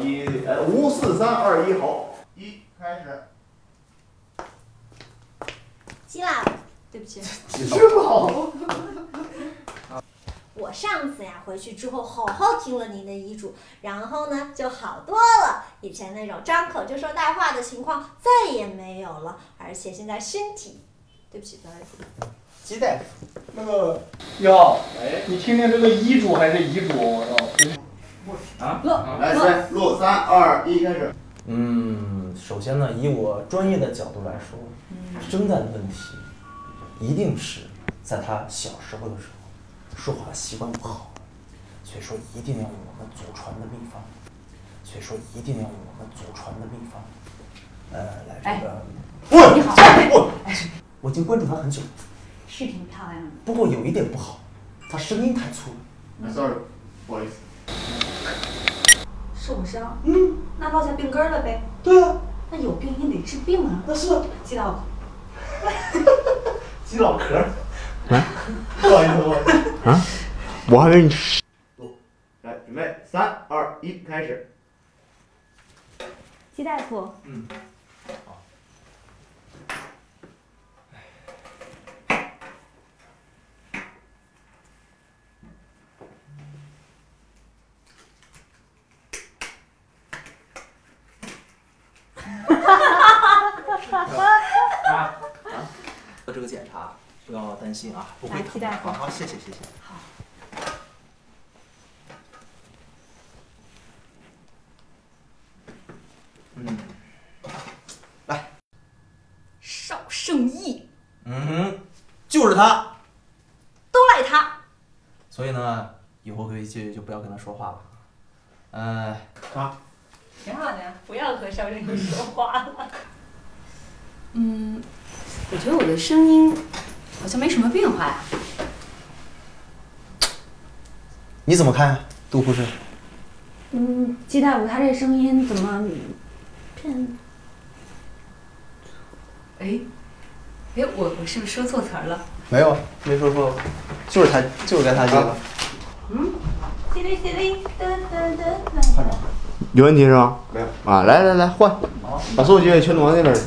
一呃五四三二一好，一开始，希腊，对不起，你知道吗？我上次呀回去之后好好听了您的遗嘱，然后呢就好多了，以前那种张口就说大话的情况再也没有了，而且现在身体，对不起，不好意思，鸡蛋。那个哟，哎，你听听这个医嘱还是遗嘱，我操！来三录三二一开始，嗯，首先呢，以我专业的角度来说，征战问题一定是在他小时候的时候说话习惯不好，所以说一定要有我们祖传的秘方，所以说一定要有我们祖传的秘方，呃，来这个。你好，我已经关注他很久了，是挺漂亮的。不过有一点不好，他声音太粗了。哎 sorry，不好意思，受伤？嗯，那落下病根儿了呗。对啊，那有病也得治病啊。那是啊，记到鸡老壳儿。不好意思，不好意思，我还没来准备三二一开始，姬大夫，做这个检查不要担心啊，不会来，疼。鸡大夫好，好，谢谢谢谢。邵圣义，嗯哼，就是他。都赖他。所以呢，以后回去就不要跟他说话了。呃，挺好的呀。不要和邵正义说话了，嗯，我觉得我的声音好像没什么变化呀。你怎么看啊，杜护士？嗯，鸡大夫他这声音怎么变？哎，哎，我我是不是说错词儿了？没有，没说错，就是他，就是该他接了。滴哩滴哩噔噔噔换场。有问题是吗？没有啊，来来来换，把所有机会全挪到那边去。一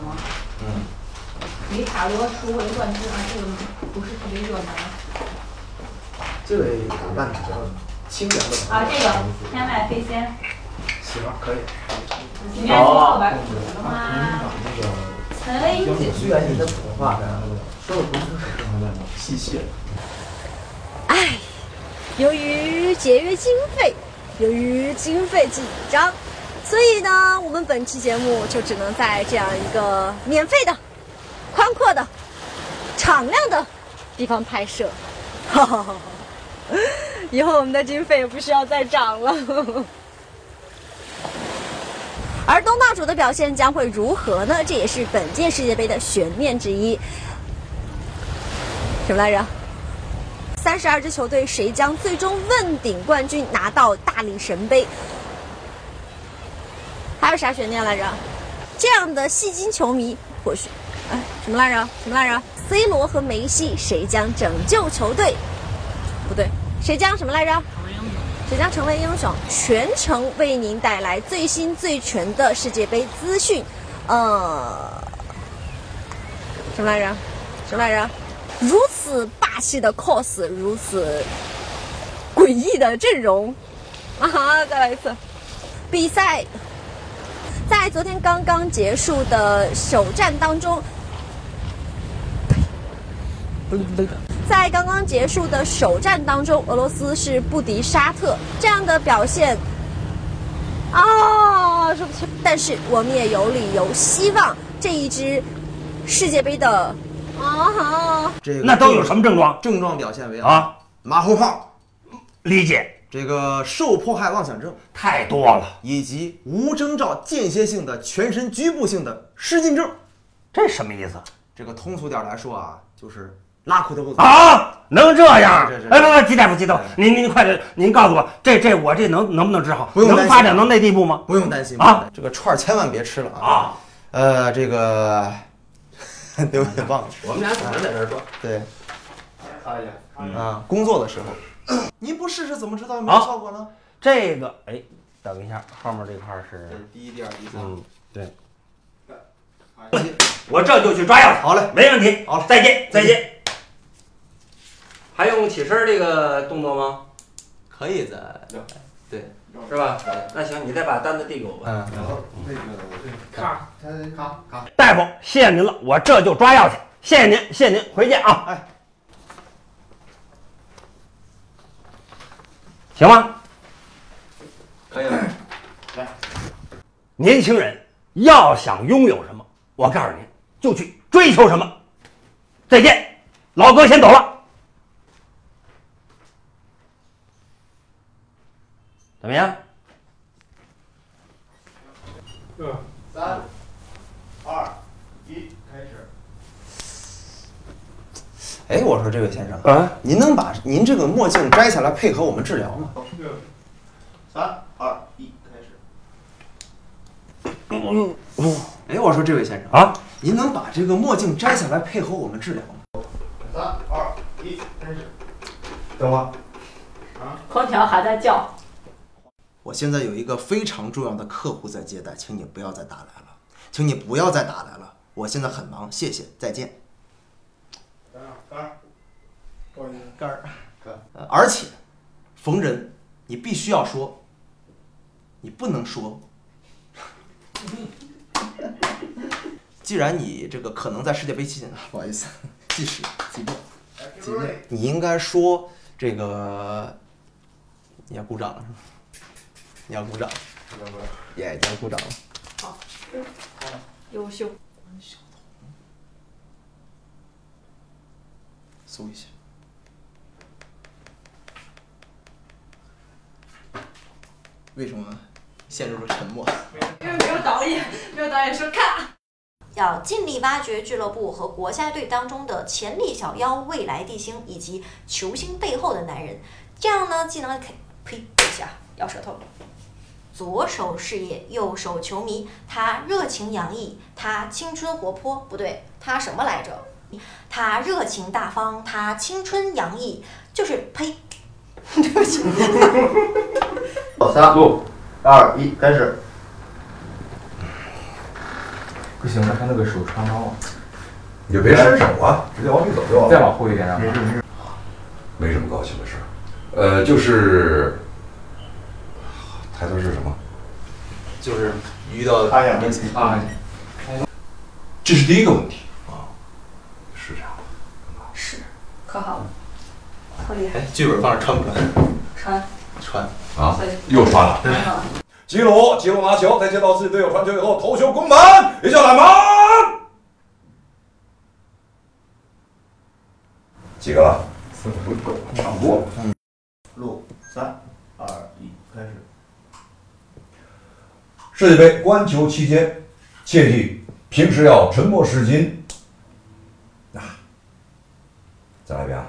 吗？嗯。维塔罗赎回冠军啊，这个不是特别热门这位打扮比较清凉的。啊。这个天外飞仙，行，可以。你爱听我玩古的吗？哎，虽然你的普通话呢，说的不是很细细，哎，由于节约经费，由于经费紧张，所以呢，我们本期节目就只能在这样一个免费的、宽阔的、敞亮的地方拍摄。以后我们的经费也不需要再涨了。而东道主的表现将会如何呢？这也是本届世界杯的悬念之一。什么来着？三十二支球队谁将最终问鼎冠军，拿到大力神杯？还有啥悬念来着？这样的戏精球迷或许，哎，什么来着？什么来着？C 罗和梅西谁将拯救球队？不对，谁将什么来着？谁将成为英雄？全程为您带来最新最全的世界杯资讯。呃，什么来着？什么来着？如此霸气的 cos，如此诡异的阵容，啊哈！再来一次。比赛在昨天刚刚结束的首战当中，在刚刚结束的首战当中，俄罗斯是不敌沙特，这样的表现啊，说不清。但是我们也有理由希望这一支世界杯的啊哈。这个那都有什么症状症状表现为啊？马后炮、理解，这个受迫害妄想症太多了，以及无征兆间歇性的全身局部性的失禁症。这什么意思？这个通俗点来说啊，就是拉裤子不走。啊，能这样是是是？哎，不不，吉大夫，吉大夫，您您快点，您告诉我，这这我这能能不能治好？不用担能心发展到那地步吗？不用担心啊，这个串儿千万别吃了啊！啊，呃，这个 对不起，忘了。我们俩怎么在这儿说？对看一下。啊，工作的时候， 您不试试怎么知道有没啊有效果呢？这个哎，等一下，后面这块儿是这是第一、第二、第三。嗯，对，好谢谢我这就去抓药，好嘞，没问题。好嘞嗯再见，再见。还用起身儿这个动作吗？可以再是吧？那行，你再把单子递给我吧。嗯，那个咔他咔咔，大夫，谢谢您了，我这就抓药去。谢谢您，谢谢您，回见啊。哎，行吗？可以了。年轻人要想拥有什么，我告诉您，就去追求什么。再见，老哥先走了。怎么样？嗯，三二一，开始。哎，我说这位先生，啊，您能把您这个墨镜摘下来配合我们治疗吗？三二一，开始。哎，我说这位先生，啊，您能把这个墨镜摘下来配合我们治疗吗？三二一，开始。等会，空调还在叫，我现在有一个非常重要的客户在接待，请你不要再打来了，请你不要再打来了，我现在很忙，谢谢，再见。干干，不好意思，杆儿，干呃而且逢人你必须要说，你不能说。 既然你这个可能在世界杯期间， 不好意思，计时计步，几秒你应该说这个，你要鼓掌了是吗？你要鼓掌，耶，你要鼓掌了。优秀。搜一下。为什么陷入了沉默？因为没有导演，没有导演说看。要尽力挖掘俱乐部和国家队当中的潜力小妖、未来地星以及球星背后的男人，这样呢，既能开呸，对不起啊，咬舌头。左手事业，右手球迷，他热情洋溢，他青春活泼，不对，他什么来着？他热情大方，他青春洋溢，就是呸，对不起。三二一，开始。不行，刚才那个手穿帮了，你就别伸手啊，直接往里走就完了。再往后一点啊。没事没事，没什么高兴的事儿，呃，就是抬头是什么？就是遇到哎呀问题啊，这是第一个问题啊，是这样。是，可好了，特厉害。哎剧本放着穿不穿？穿。穿啊对又穿了。吉鲁，吉鲁拿球，在接到自己队友传球以后，头球攻门，一脚揽门，几个了？四个，差不多了。录三二一，开始。世界杯观球期间，切记平时要沉默是金。啊，再来一遍啊！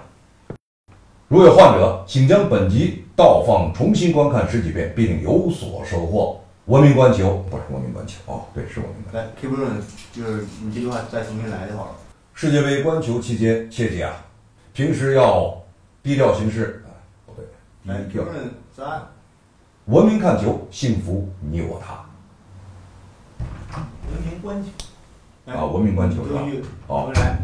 如有患者，请将本集倒放重新观看十几遍，必定有所收获。文明观球不是文明观球哦，对，是文明观球。来，keep running，就是你这句话再重新来就好了。世界杯观球期间，切记啊，平时要低调行事，啊不对，来低调，keep running，三。文明看球，幸福你我他文明观球。啊，文明观球是吧注意，？好，来，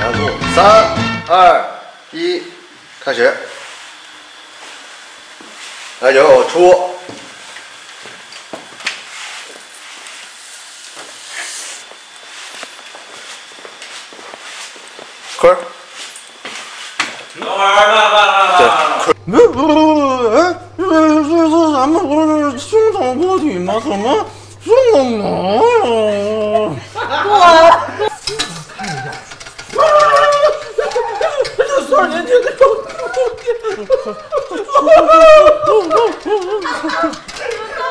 来录。三二一，开始。来九出，坤儿，等会儿，慢慢慢慢。不不不不，哎，这这这咱们不是兄长过体吗？怎么这么忙呀？我这多少年前的狗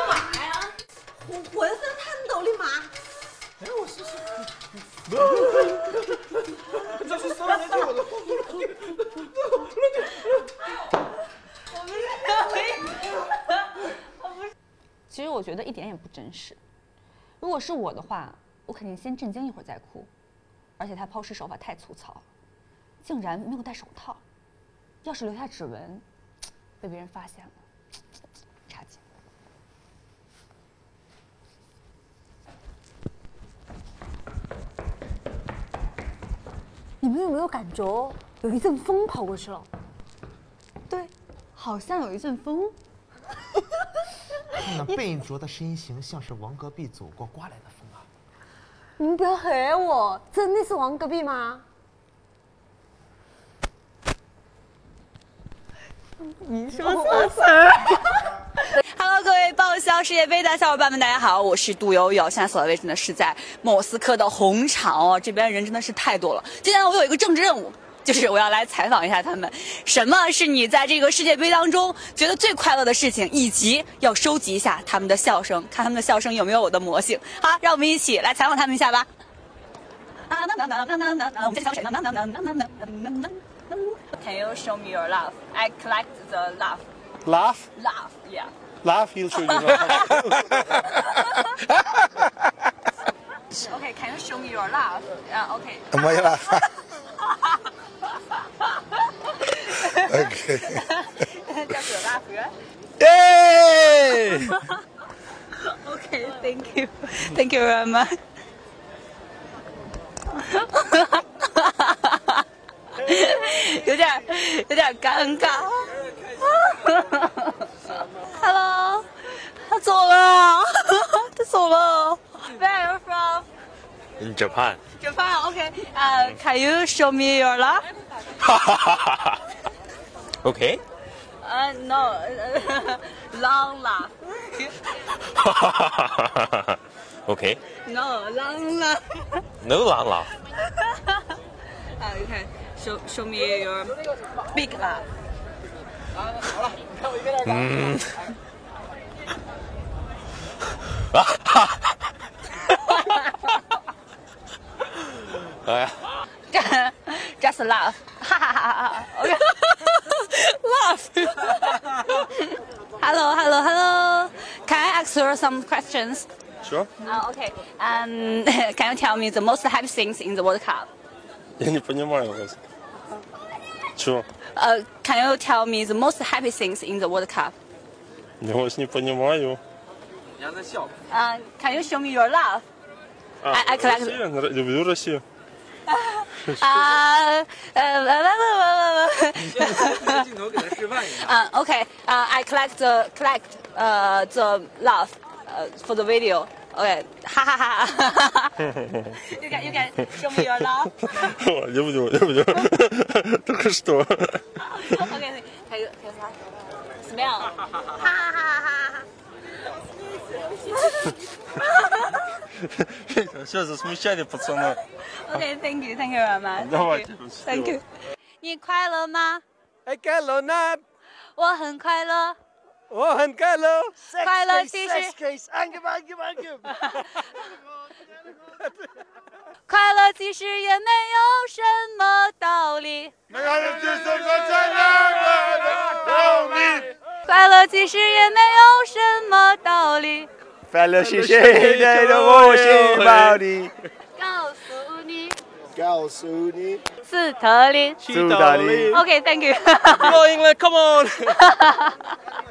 浑浑身颤抖的麻。哎，我试试。这是三年前我的故事。其实我觉得一点也哎不真实。如果是我的话，我肯定先震惊一会儿再哭。而且他抛尸手法太粗糙了，竟然没有戴手套。要是留下指纹，被别人发现了，差劲。你们有没有感觉有一阵风跑过去了？对，好像有一阵风。那贝影卓的身形像是王隔壁走过刮来的风啊！你们不要黑我，真的是王隔壁吗？你说错词儿。Hello，各位报销世界杯的小伙伴们，大家好，我是杜悠悠。现在所在位置呢是在莫斯科的红场哦，这边人真的是太多了。今天我有一个政治任务，就是我要来采访一下他们，什么是你在这个世界杯当中觉得最快乐的事情，以及要收集一下他们的笑声，看他们的笑声有没有我的魔性。好，让我们一起来采访他们一下吧。Can you show me your love? I collect the love. Laugh, Love, yeah. laugh, he'll show you. Okay, can you show me your love? Yeah, okay. 啊没 了。OK。 That's your love, right? Yay! Okay, thank you. Thank you very much. 有点有点尴尬。Hello，他走了，他走了。Where are you from? In Japan. Japan. Okay. Uh, can you show me your love? okay. Uh, no. long love. okay. No, long love. No long laugh. Uh, you can show show me your big love. 嗯。Mm. 哎呀， Just laugh，哈 哈哈哈，laugh。Hello, hello, hello. Can I ask you some questions? Sure. Uh, okay. Um, can you tell me the most happy things in the World Cup? Я не понимаю вас. Чего? Uh, can you tell me the most happy things in the World Cup? Я вас не понимаю. Uh, can you show me your love? I- I collect- Россия? Р- Люблю Россию. Uh, uh, uh, okay. Uh, I collect the collect uh, the love uh, for the video. Okay. Ha ha ha. you can you can show me your love. О, Люблю, люблю. Только что. okay. Can you can you smell? Ha ha ha ha. Все, засмущали пацана. Okay. Thank you. Thank you very much. Давайте. Thank you. 你快乐吗？ I can learn that. 我很快乐。我很快乐。快乐其实 Sexcase, angib, angib, angib. 快乐其实也没有什么道理，快乐其实也没有什么道理。 Fellow 是谁的我是毛利，告诉你，告诉你，斯特林，斯特林 OK，Thank you。 Go England, come on！